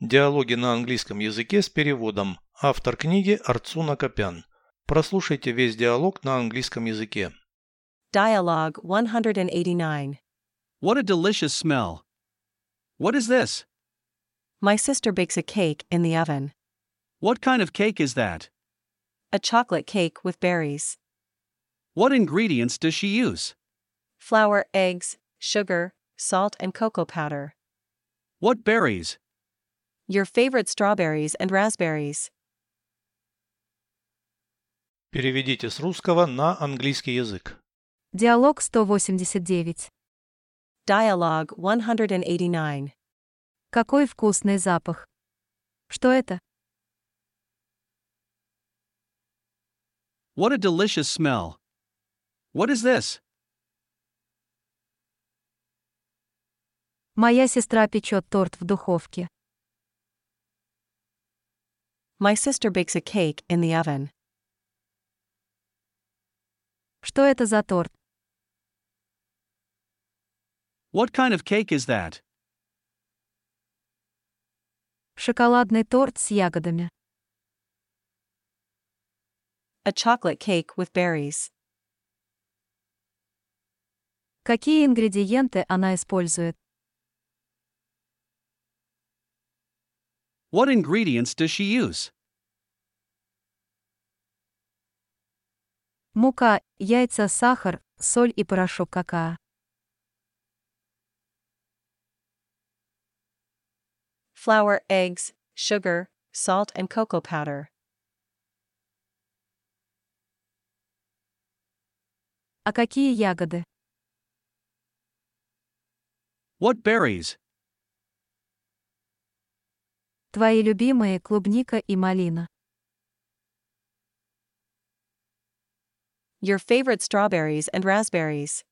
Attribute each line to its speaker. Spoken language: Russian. Speaker 1: Диалоги на английском языке с переводом. Автор книги Арцуна Копян. Прослушайте весь диалог на английском языке.
Speaker 2: Dialogue 189.
Speaker 3: What a delicious smell! What is this?
Speaker 2: My sister bakes a cake in the oven.
Speaker 3: What kind of cake is that?
Speaker 2: A chocolate cake with berries.
Speaker 3: What ingredients does she use?
Speaker 2: Flour, eggs, sugar, salt, and cocoa powder.
Speaker 3: What berries?
Speaker 2: Your favorite strawberries and raspberries.
Speaker 1: Переведите с русского на английский язык.
Speaker 4: Диалог 189.
Speaker 2: Dialogue 189.
Speaker 4: Какой вкусный запах. Что это?
Speaker 3: What a delicious smell! What is this?
Speaker 4: Моя сестра печет торт в духовке.
Speaker 2: My sister bakes a cake in the oven.
Speaker 4: Что это за торт?
Speaker 3: What kind of cake is that?
Speaker 4: Шоколадный торт с ягодами.
Speaker 2: A chocolate cake with berries.
Speaker 4: Какие ингредиенты она использует?
Speaker 3: What ingredients does she use?
Speaker 4: Мука, яйца, сахар, соль и порошок какао.
Speaker 2: Flour, eggs, sugar, salt, and cocoa powder.
Speaker 4: А какие ягоды?
Speaker 3: What berries?
Speaker 4: Твои любимые клубника и малина.
Speaker 2: Your favorite strawberries and raspberries.